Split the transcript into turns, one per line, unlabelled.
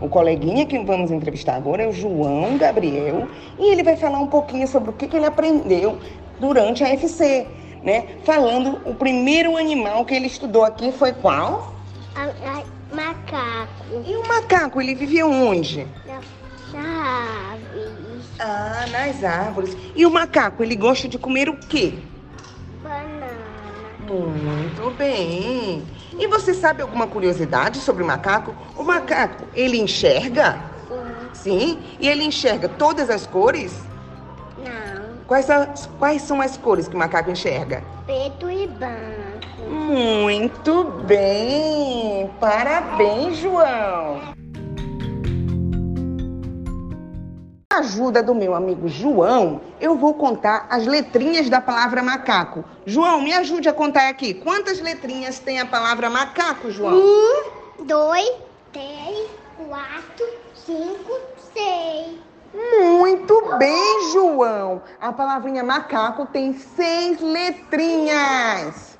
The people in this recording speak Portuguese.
O coleguinha que vamos entrevistar agora é o João Gabriel e ele vai falar um pouquinho sobre o que, que ele aprendeu durante a FC, né? Falando o primeiro animal que ele estudou aqui foi qual?
A- a- macaco.
E o macaco, ele vivia onde?
Na- na árvore.
Ah, nas árvores. E o macaco, ele gosta de comer o quê?
Banana.
Muito bem. E você sabe alguma curiosidade sobre o macaco? O macaco, ele enxerga?
Sim.
Sim. E ele enxerga todas as cores?
Não.
Quais, as- quais são as cores que o macaco enxerga?
Preto e branco.
Muito bem. Parabéns, João. Com a ajuda do meu amigo João, eu vou contar as letrinhas da palavra macaco. João, me ajude a contar aqui. Quantas letrinhas tem a palavra macaco, João?
Um, dois, três, quatro, cinco, seis.
Muito bem, João! A palavrinha macaco tem seis letrinhas.